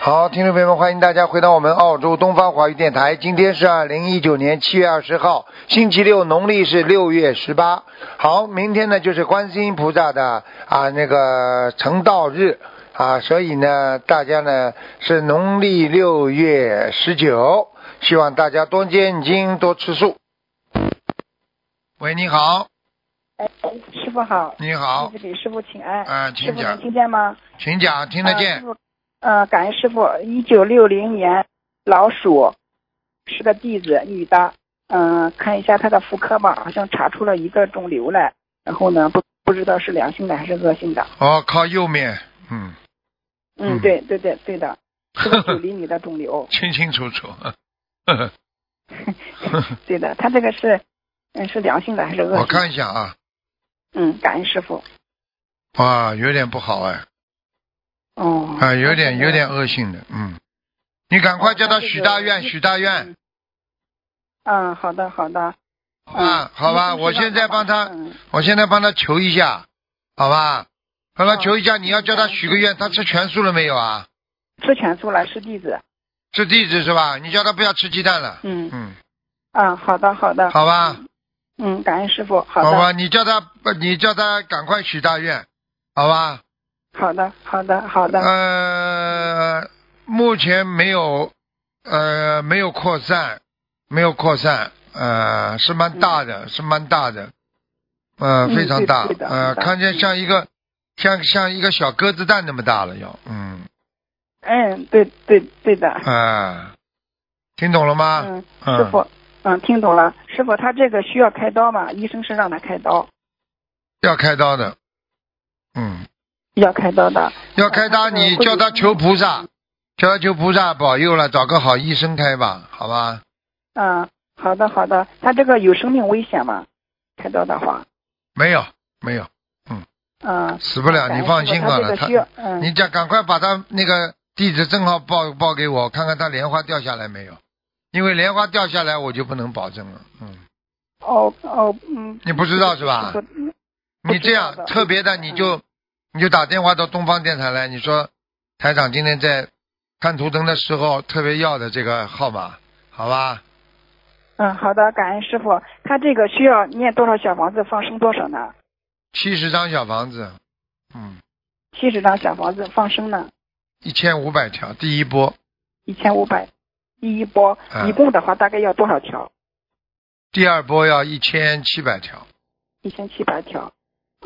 好，听众朋友们，欢迎大家回到我们澳洲东方华语电台。今天是二零一九年七月二十号，星期六，农历是六月十八。好，明天呢就是观世音菩萨的啊那个成道日啊，所以呢大家呢是农历六月十九，希望大家多念经，多吃素。喂，你好，哎，师傅好，你好弟，子给师傅请安。啊请师傅讲能听见吗？请讲，听得啊师见，傅呃，感恩师傅。一九六零年老鼠，是个弟子，女的。嗯、看一下她的妇科吧，好像查出了一个肿瘤来。然后呢，不不知道是良性的还是恶性的。哦，靠右面，嗯，嗯。嗯，对对对对的，是个九厘米的肿瘤清清楚楚， 呵呵对的，她这个是嗯是良性的还是恶我性的？看一下啊，嗯，感恩师傅。啊，有点不好哎，哦。啊，有点有。点恶性的，嗯，你赶快叫他许大愿，许大愿嗯嗯，好的好的。啊，好吧，嗯我现在帮他，嗯我现在帮他求一下，好吧，帮他哦求一下，你要叫他许个嗯愿，他吃全素了没有啊？吃全素了，是弟子。吃地址是吧？你叫他不要吃鸡蛋了，嗯嗯，啊，好的好的。好吧，嗯，感恩师傅。好好的吧，你叫他，不你叫他赶快许大愿，好吧？好的好啊的好的。呃，目前没有，呃，没有扩散，没有扩散，呃，是蛮大的，是蛮大的，呃，嗯非常大，对的对的呃，很大看见嗯像一个，像像一个小鸽子蛋那么大了，要，嗯，嗯，对对对的。啊、听懂了吗？嗯，嗯师傅，嗯，听懂了。师傅，他这个需要开刀吗？医生是让他开刀，要开刀的，嗯，要开刀的。要开刀，哦那你会叫有他什么求菩萨，叫他求菩萨保佑了，找个好医生开吧，好吧？嗯，好的好的。他这个有生命危险吗？开刀的话，没有，没有，嗯，死不了，感你恩放师心傅好了，他这他个需要，嗯，你讲，赶快把他那个地址正好报报给我，看看他莲花掉下来没有。因为莲花掉下来，我就不能保证了。嗯，哦哦，嗯，你不知道是吧师？傅嗯不你这样知道的特别的，你就、你就打电话到东方电台来，你说台长今天在看图腾的时候特别要的这个号码，好吧？嗯，好的，感恩师傅。他这个需要念多少小房子，放生多少呢？七十张小房子，嗯，七十张小房子放生呢？一千五百条，第一波，一千五百，第一波嗯，一共的话大概要多少条？第二波要一千七百条。一千七百条，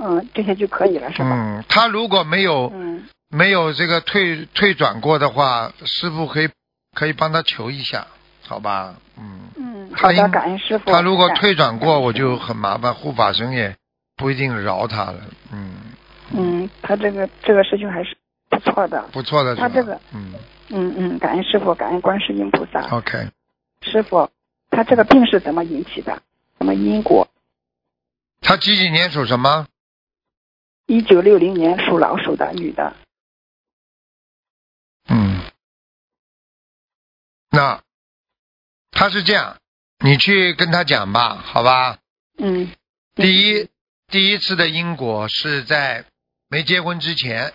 嗯，这些就可以了，是吧？嗯，他如果没有嗯，没有这个退退转过的话，师傅可以可以帮他求一下，好吧？嗯，嗯，他好应的，感恩师傅。他如果感退转过，感我就很麻烦，护法神也不一定饶他了。嗯，嗯，他这个这个事情还是不错的。不错的是吧，他这个啊嗯嗯嗯，感恩师傅，感恩观世音菩萨。 ，OK，师傅，他这个病是怎么引起的？什么因果？他几几年属什么？一九六零年属老鼠的女的，嗯，那他是这样，你去跟他讲吧，好吧？嗯，第一，第一次的因果是在没结婚之前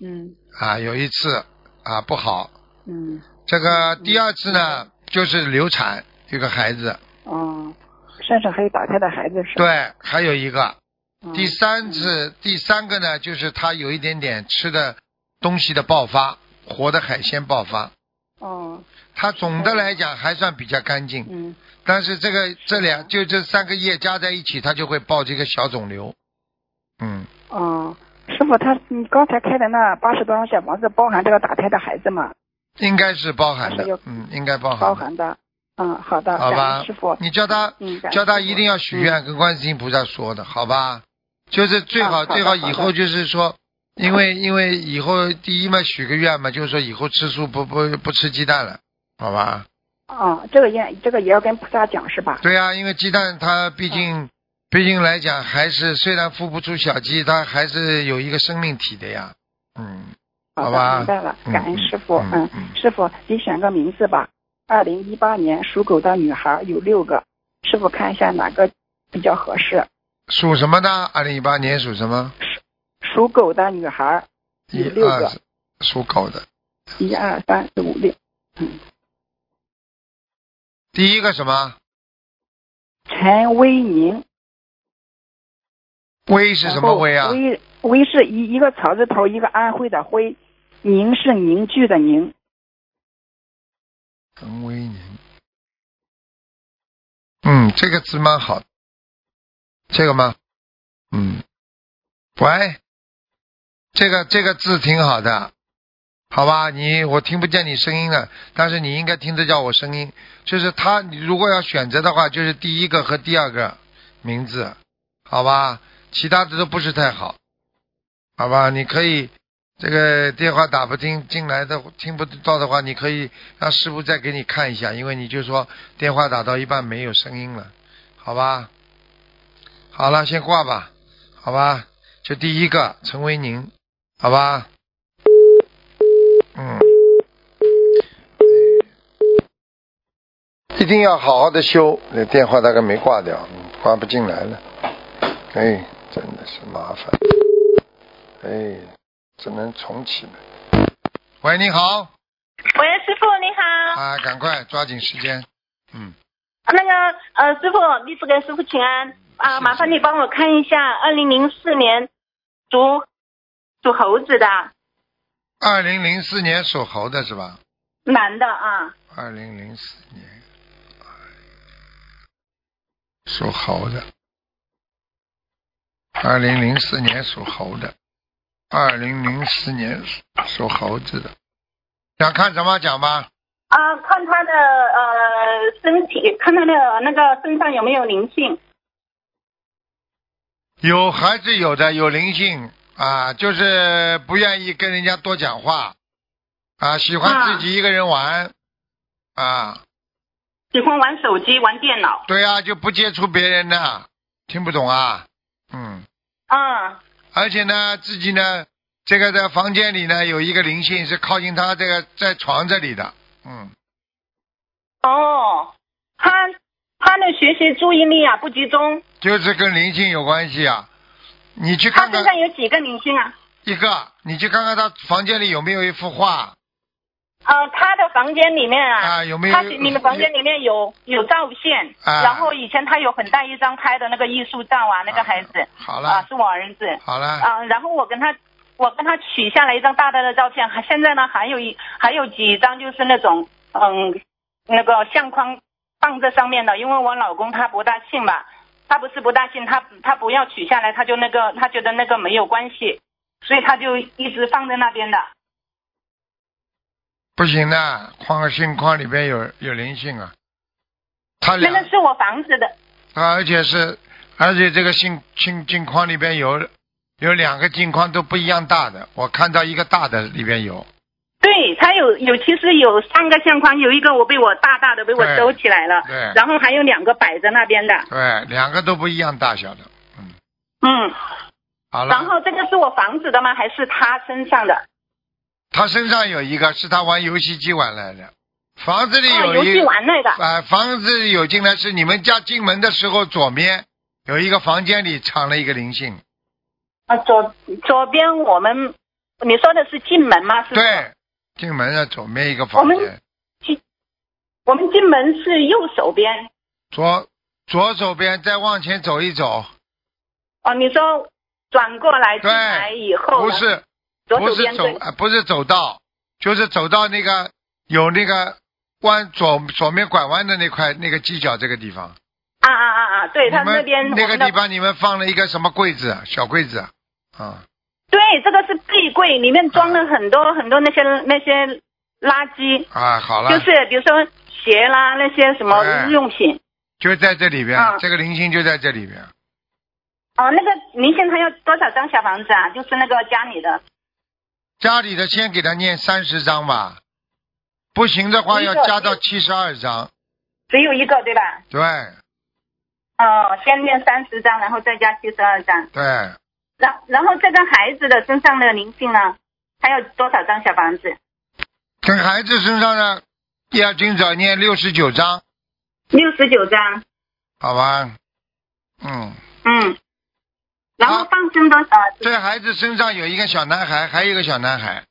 嗯啊，有一次啊不好。嗯，这个第二次呢，就是流产，有个孩子，哦，身上还有打胎的孩子是吧？嗯对，还有一个。对第三次，第三个呢，就是他有一点点吃的东西的爆发，活的海鲜爆发。哦，他总的来讲还算比较干净，嗯但是这个这两就这三个月加在一起，他就会爆这个小肿瘤。嗯，哦，师傅他你刚才开的那八十多张小房子包含这个打胎的孩子吗？应该是包含还是的有，嗯，应该包含的。哎包含的。嗯，好的，好感吧恩师傅，你叫他嗯，感恩叫他师傅一定要许愿，跟观世音菩萨说的，好吧？就是最好、啊好的最好好的以后就是说，因为因为以后第一嘛许个愿嘛，就是说以后吃素不不不吃鸡蛋了，好吧？啊，这个也这个也要跟菩萨讲是吧？对呀、因为鸡蛋它毕竟、嗯毕竟来讲还是虽然孵不出小鸡，它还是有一个生命体的呀，嗯，好好吧的，明白了，嗯感恩师傅。嗯嗯，嗯师傅，你选个名字吧。二零一八年属狗的女孩有六个，师傅看一下哪个比较合适。属什么呢？二零一八年属什么？属狗的女孩一有六个二，属狗的，一二三四五六，嗯，第一个什么？陈威宁威是什然么后威啊？威威是一一个草字头，一个安徽的徽，宁是凝聚的凝，陈威宁。嗯，这个字蛮好的。这个吗？嗯。喂，这个这个字挺好的，好吧？你我听不见你声音了，但是你应该听得到我声音。就是他，你如果要选择的话，就是第一个和第二个名字，好吧？其他的都不是太好，好吧？你可以这个电话打不进进来的听不到的话，你可以让师傅再给你看一下，因为你就说电话打到一半没有声音了，好吧？好了，先挂吧，好吧？就第一个陈为宁，好吧？嗯，一定要好好的修。那电话大概没挂掉，嗯挂不进来了。哎，真的是麻烦。哎，只能重启了。喂，你好，喂，师傅你好。啊，赶快抓紧时间。嗯，那个呃，师傅，弟子给师傅请安谢啊，谢麻烦你帮我看一下，二零零四年属属猴子的二零零四年属猴的是吧？男的啊，二零零四年，属猴的。二零零四年属猴的，二零零四年属猴子的，想看什么讲吧？啊，看他的呃身体，看他的那个身上有没有灵性有还是有的，有灵性啊，就是不愿意跟人家多讲话啊，喜欢自己一个人玩啊，喜欢玩手机、玩电脑。对呀、就不接触别人的，听不懂啊？嗯。啊而且呢，自己呢，这个在房间里呢有一个灵性是靠近他这个在床这里的，嗯，哦，他他的学习注意力啊不集中，就是跟灵性有关系啊。你去他看看身上有几个灵性啊？一个，你去看看他房间里有没有一幅画呃，他的房间里面啊，啊，有没有他？你们房间里面有有照片，啊然后以前他有很大一张拍的那个艺术照啊，那个孩子 好啊了，嗯是我儿子，好了，啊，然后我跟他我跟他取下来一张大大的照片，还现在呢还有一还有几张就是那种嗯那个相框放这上面的，因为我老公他不大信吧，他不是不大信，他他不要取下来，他就那个他觉得那个没有关系，所以他就一直放在那边的。不行的，框性框里边有有灵性啊，他那两个是我房子的，啊，而且是，而且这个镜镜镜框里边有有两个镜框都不一样大的，我看到一个大的里边有，对他有有，其实有三个相框，有一个我被我大大的被我对收起来了，对然后还有两个摆在那边的，对，两个都不一样大小的，嗯，嗯，好然了，后这个是我房子的吗？还是他身上的？他身上有一个是他玩游戏机玩来的，房子里哦，有游一戏玩来的，啊，房子里有进来是你们家进门的时候左面有一个房间里藏了一个灵性，啊，左左边我们，你说的是进门吗？是不是，对，进门的左面一个房我间们，我们进门是右手边。左左手边再往前走一走，哦，你说转过来对进来以后，不是左不手是边走对，呃不是走道，就是走到那个有那个弯左左面拐弯的那块那个犄角这个地方。啊啊啊啊，对你他们那那边我个们的地方，你们放了一个什么柜子？小柜子啊？啊对，这个是壁柜，里面装了很多很多那些那些垃圾，啊，好了，就是比如说鞋啦那些什么哎日用品。就在这里边，啊这个灵性就在这里边。哦，那个您现在要多少张小房子啊？就是那个家里的家里的先给他念三十章吧，不行的话一要个加到七十二章。只有一个对吧？对哦，先念三十张，然后再加七十二张。对，然然后这个孩子的身上的灵性呢，还有多少张小房子？跟孩子身上呢，要尽早念六十九章，六十九张。好吧？嗯，嗯。然后啊放生多少？这孩子身上有一个小男孩，还有一个小男孩，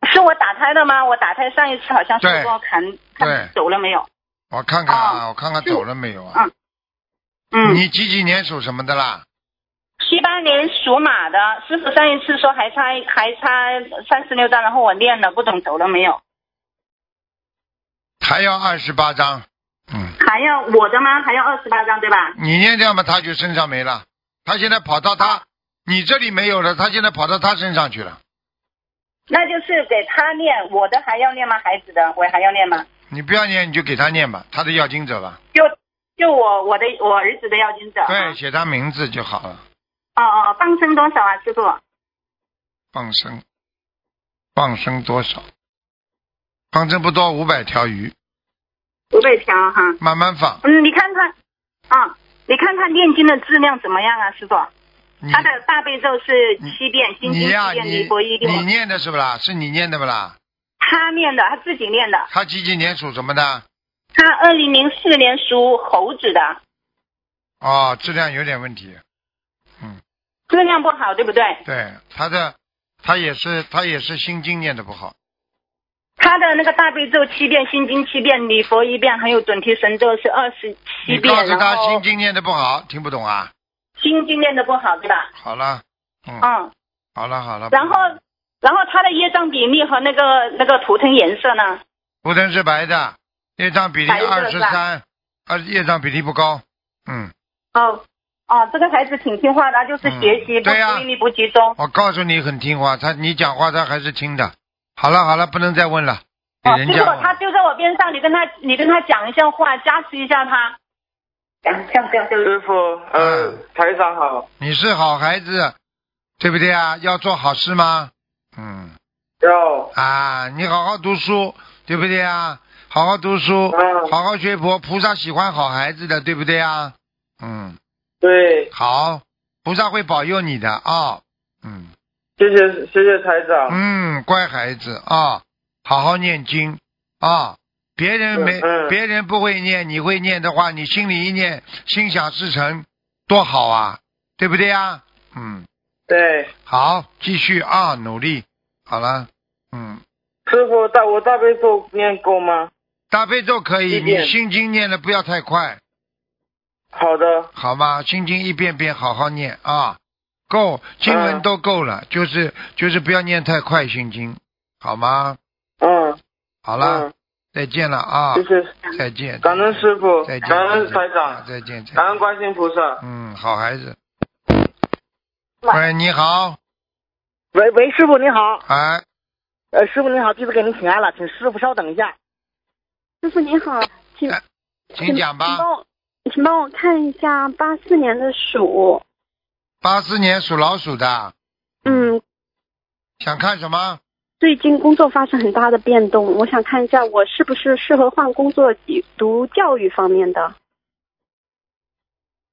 呃是我打胎的吗？我打胎上一次好像是对你给我看对看走了没有？我看看啊，啊我看看走了没有啊？嗯嗯，你几几年属什么的啦？七八年属马的，师傅上一次说还差还差三十六张，然后我练了，不懂走了没有？还要二十八张，嗯，还要我的吗？还要二十八张对吧？你念掉嘛，他就身上没了。他现在跑到哦他，你这里没有了，他现在跑到他身上去了。那就是给他练，我的还要练吗？孩子的我还要练吗？你不要念，你就给他念吧，他的要经者吧，就就我我的我儿子的要经者。对，。写他名字就好了。哦哦，哦放生多少啊，师傅？放生，放生多少？放生不多，五百条鱼，五百条哈。慢慢放。嗯，你看看，啊，你看看念经的质量怎么样啊，师傅？你他的大悲咒是你七遍，心经你呀、七遍，你离佛一遍。你念的是不啦？是你念的不啦？他念的，他自己念的。他几几年属什么的？他二零零四年属猴子的，哦，质量有点问题。嗯，质量不好，对不对？对，他的他也是他也是心经念的不好。他的那个大悲咒七遍，心经七遍，礼佛一遍，还有准提神咒是二十七你遍告，诉然他后心经念的不好，听不懂啊？心经念的不好，对吧？好了，嗯，嗯，好了好了。然后然后他的业障比例和那个那个图腾颜色呢？图腾是白的，业障比例白二色十是三吧，二业障比例不高。嗯，哦哦，这个孩子挺听话的，就是学习嗯不对呀注意力不集中。我告诉你很听话，他你讲话他还是听的。好了好了，不能再问了，给哦，人结家果问他就在我边上，你跟他你跟他讲一下话，加持一下他。讲讲讲师傅，呃嗯，台长好，你是好孩子，对不对啊？要做好事吗？嗯要啊，你好好读书，对不对啊？好好读书，嗯好好学佛，菩萨喜欢好孩子的，对不对啊？嗯，对，好，菩萨会保佑你的啊、嗯谢谢谢谢台长，嗯，乖孩子啊、好好念经啊、别人没、嗯嗯别人不会念，你会念的话，你心里一念，心想事成，多好啊，对不对啊？嗯。对，好，继续啊，努力。好了，嗯，师傅大我大悲咒念够吗？大悲咒可以，一遍你心经念的不要太快，好的，好吗？心经一遍遍好好念啊，够，经文嗯都够了，就是就是不要念太快心经，好吗？嗯，好了，嗯，再见了啊谢，谢，再见，感恩师傅，再见，感恩台啊长，再见，再感见，恩观世音菩萨。嗯，好孩子。喂，你好，喂喂，师傅您好，哎，呃，师傅您好，弟子给您请安了，请师傅稍等一下。师傅您好，请哎请讲请吧。帮我，请帮我看一下八四年的鼠，八四年属老鼠的，嗯，想看什么？最近工作发生很大的变动，我想看一下我是不是适合换工作，读教育方面的。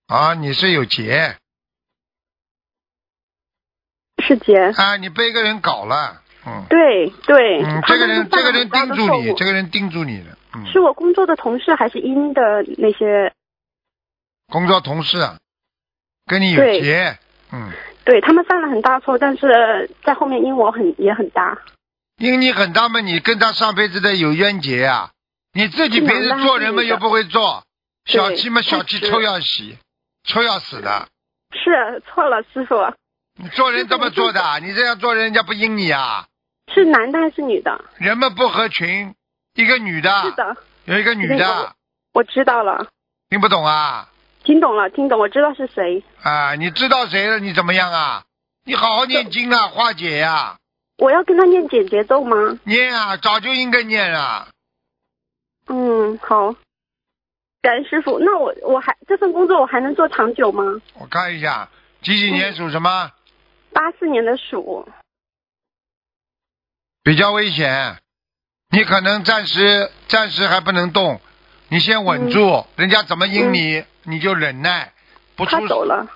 啊，你是有劫。师姐，啊，你被一个人搞了，嗯，对对，嗯，他这个们人犯这个了人很大盯的住你，错误这个人盯住你了，嗯，是我工作的同事还是因的那些？工作同事啊，跟你有对结，嗯，对他们犯了很大错，但是在后面因我很也很大。因为你很大嘛，你跟他上辈子的有冤结啊，你自己是平的时那做是人嘛的又不会做，小对气嘛小确气实臭要洗，臭要死的，是错了，师傅，你做人这么做 的，啊你这样做人人家不应你啊，是男的还是女的？人们不合群，一个女是的，的，有一个女那个的，我知道了，听不懂啊？听懂了，听懂，我知道是谁。啊，你知道谁了？你怎么样啊？你好好念经嗯啊，化解呀、我要跟他念姐姐咒吗？念啊，早就应该念啊了。嗯，好。感恩师傅，那我我还这份工作我还能做长久吗？我看一下，几几年属什么？八四年的鼠，比较危险，你可能暂时暂时还不能动，你先稳住，嗯人家怎么应你，你就忍耐，不出他走了，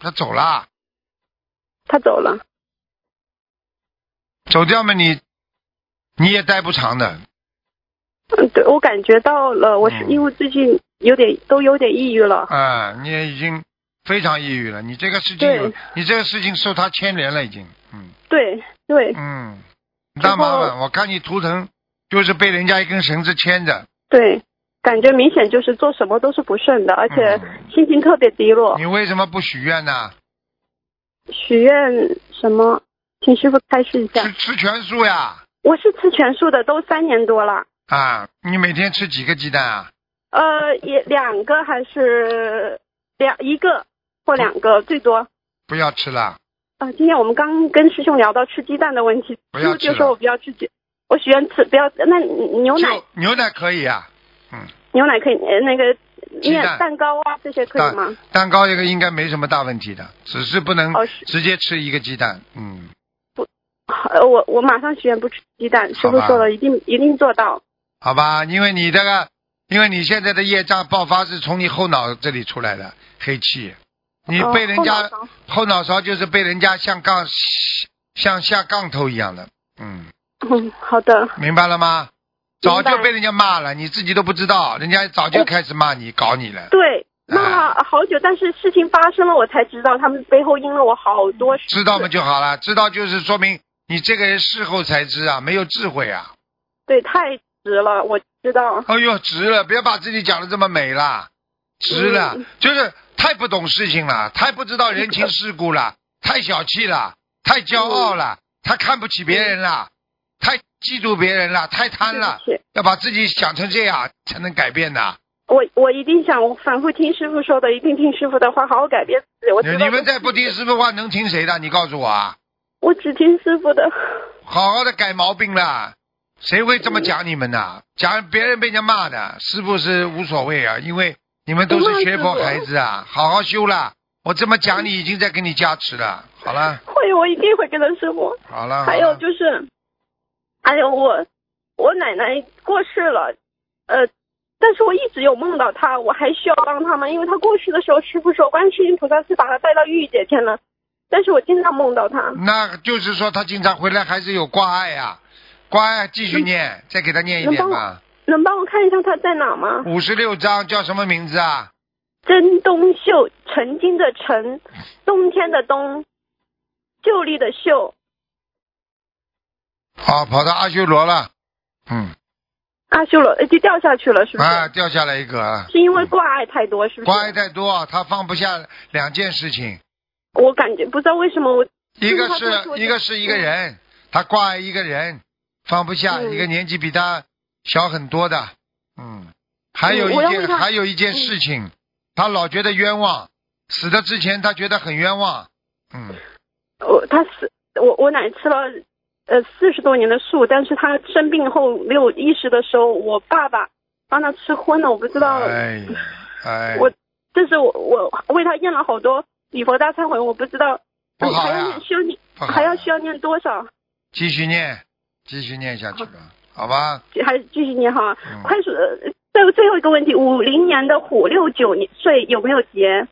他走了，他走了。走掉嘛你，你也待不长的，嗯，对我感觉到了，我是嗯因为最近有点都有点抑郁了。啊，你也已经非常抑郁了，你这个事情有对，你这个事情受他牵连了已经，嗯对对，嗯，大麻然烦。我看你图腾就是被人家一根绳子牵着，对，感觉明显就是做什么都是不顺的，而且嗯心情特别低落。你为什么不许愿呢？许愿什么？请师傅开示一下吃。吃全素呀！我是吃全素的，都三年多了。啊，你每天吃几个鸡蛋啊？呃，也两个还是两一个或两个最多。不要吃了，啊，今天我们刚跟师兄聊到吃鸡蛋的问题，不师要傅吃就说了我不要吃鸡，我许愿吃不要那牛奶就牛奶可以啊，牛奶可以，呃那个鸡面蛋蛋糕啊这些可以吗蛋？蛋糕这个应该没什么大问题的，只是不能哦是直接吃一个鸡蛋。嗯，呃，我我马上许愿不吃鸡蛋，师好傅吧说了一定一定做到。好吧，因为你这个，因为你现在的业障爆发是从你后脑这里出来的黑气，你哦被人家、后脑勺后脑勺就是被人家像杠像下杠头一样的，嗯，嗯，好的，明白了吗？明早白就被人家骂了，你自己都不知道，人家早就开始骂你、搞你了，对，哎骂了好久，但是事情发生了，我才知道他们背后阴了我好多事。知道吗？就好了，知道就是说明你这个人事后才知啊，没有智慧啊。对，太值了，我知道。哎呦，值了！别把自己讲的这么美啦，值了，嗯就是太不懂事情了，太不知道人情世故 了，太小气了，太骄傲嗯了，太看不起别人了，太嫉妒别人了，太贪对了不，起，要把自己想成这样才能改变的。我我一定想，我反复听师傅说的，一定听师傅的话，好好改变自己。我你知道你们再不听师傅话，能听谁的？你告诉我啊！我只听师傅的。好好的改毛病啦，谁会这么讲你们呢？讲别人被人家骂的，师傅是无所谓啊，因为你们都是学佛孩子啊，好好修啦。我这么讲你已经在给你加持了，好了，会，我一定会跟着师傅。好了。还有啊就是，还有我我奶奶过世了，呃，但是我一直有梦到她，我还需要帮她吗？因为她过世的时候，师傅说观世音菩萨是把她带到御姐天了，但是我经常梦到她。那就是说他经常回来还是有挂碍啊，挂碍继续念，再给他念一遍能吧帮。能帮我看一下她在哪吗？五十六章叫什么名字啊？真冬秀，曾经的曾，冬天的冬，秀丽的秀好，哦跑到阿修罗了，嗯，阿修罗呃就掉下去了，是不是？啊，掉下来一个啊，是因为挂碍太多，是不是？挂碍太多，啊他放不下两件事情。我感觉不知道为什么我一个就是他过去是我就一个是一个人，他挂一个人放不下，嗯一个年纪比他小很多的，嗯，还有一我要为件他嗯还有一件事情，他老觉得冤枉，死的之前他觉得很冤枉，嗯，我他死，我我奶吃了呃四十多年的素，但是他生病后没有意识的时候，我爸爸帮他吃荤了，我不知道，哎呀，哎，我这是我我为他念了好多礼佛大忏悔，我不知道、不好啊还呀要念需要念不好还要需要念多少，继续念，继续念下去吧，好吧，还继续念哈，嗯快速呃最最后一个问题，五零年的虎六九年岁有没有结？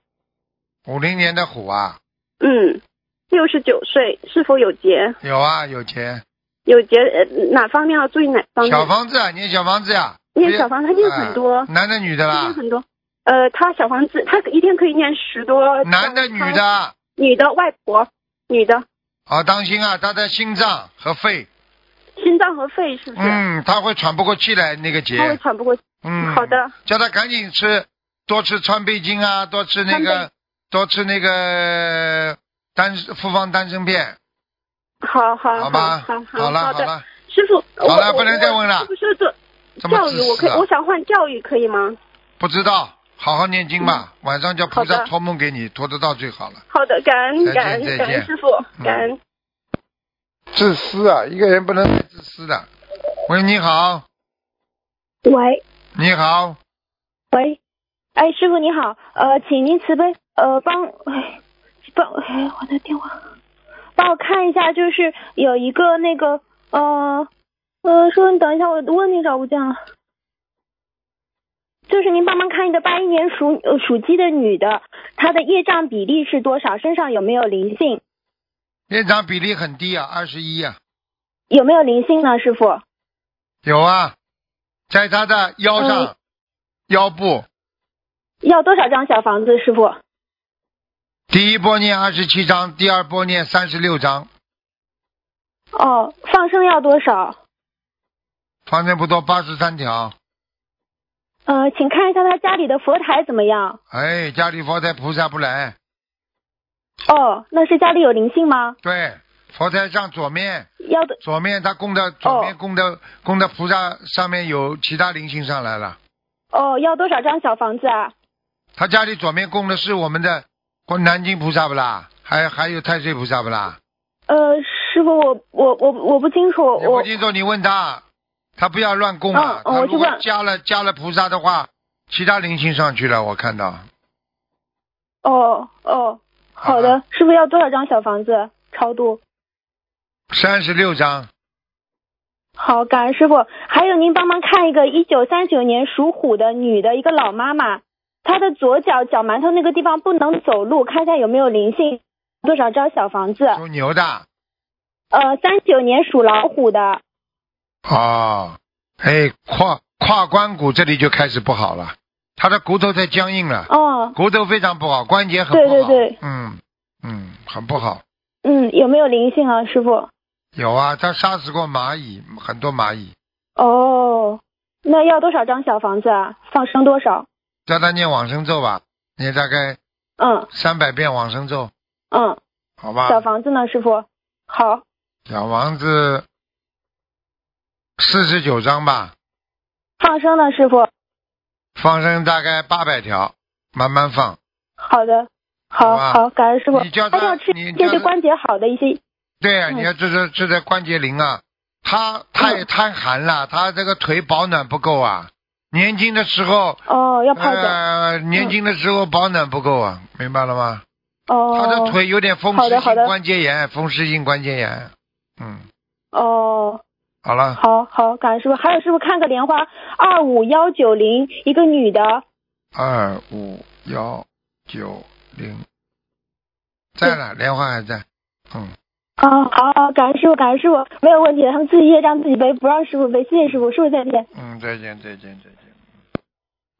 五零年的虎啊，嗯，六十九岁是否有结？有啊，有钱，有结呃哪方面要注意哪方面？小房子啊，念小房子呀，念小房子他念很多哎男的女的今天啦，很多。呃，他小房子，他一天可以念十多。男的女的。啊。女的，外婆，女的，好当心啊，他的心脏和肺，心脏和肺是不是？嗯，他会喘不过气来那个他会结，喘不过气。嗯，好的，叫他赶紧吃，多吃川贝精啊，多吃那川个，多吃那个丹复方丹参片，好好好吧？好好了好好的，了，师傅，我好了我不能再问了我是不是做这么教自育？我可私以，啊我？想换教育，可以吗？不知道，好好念经吧，晚上叫菩嗯好萨的托梦给你，托得到最好了。好的，感恩再见感恩再见嗯感恩师傅，感恩。自私啊，一个人不能太自私的。喂，你好，喂你好，喂，哎，师傅你好，呃，请您慈悲，呃，帮，哎帮，哎，我的电话，帮我看一下，就是有一个那个，呃，呃，师傅你等一下，我问题找不见了，就是您帮忙看一个八一年属呃属鸡的女的，她的业障比例是多少？身上有没有灵性？业障比例很低啊，二十一啊。有没有灵性呢，师傅？有啊，在他的腰上、嗯腰部，要多少张小房子，师傅？第一波念二十七章，第二波念三十六章，哦，放生要多少？方正不多，八十三条。呃，请看一下他家里的佛台怎么样？哎，家里佛台菩萨不来，哦，那是家里有灵性吗？对，佛台上左面，要的左面他供的左面哦供的、供的菩萨上面有其他灵性上来了，哦，要多少张小房子啊？他家里左面供的是我们的观南京菩萨不啦？还还有太岁菩萨不啦？呃，师傅，我我我我不清楚，你不我清楚你问他，他不要乱供啊嗯。他嗯我如去果问加了加了菩萨的话，其他灵性上去了，我看到。哦哦，好好的，师傅要多少张小房子超度？三十六章，好，感恩师傅。还有您帮忙看一个一九三九年属虎的女的一个老妈妈，她的左脚脚馒头那个地方不能走路，看一下有没有灵性，多少张小房子？属牛的。呃，三九年属老虎的，哦，哎，胯胯关骨这里就开始不好了，他的骨头太僵硬了，哦，骨头非常不好，关节很不对好。对对嗯嗯，很不好。嗯，有没有灵性啊，师傅？有啊，他杀死过蚂蚁，很多蚂蚁。哦，那要多少张小房子啊？放生多少？叫他念往生咒吧，念大概嗯三百遍往生咒，嗯，好吧？小房子呢，师傅？好，小王子四十九章吧，放生呢，师傅？放生大概八百条，慢慢放。好的，好好吧好，感恩师傅。你叫他他要吃你一叫些他对关节好的一些对啊，你嗯看这是这是关节灵啊，他太贪寒了，他这个腿保暖不够啊。年轻的时候，哦，要泡脚、呃，年轻的时候保暖不够啊，明白了吗？哦。他的腿有点风好湿的好性的关节炎，风湿性关节炎。嗯，哦，好了，好好，感恩师傅。还有师傅看个莲花二五幺九零，一个女的，二五幺九零，在了，莲花还在。嗯，哦，好好，感恩师傅，感恩师傅，没有问题，他们自己业障自己背，不让师傅背，谢谢师傅，师傅再见。嗯，再见，再见，再见。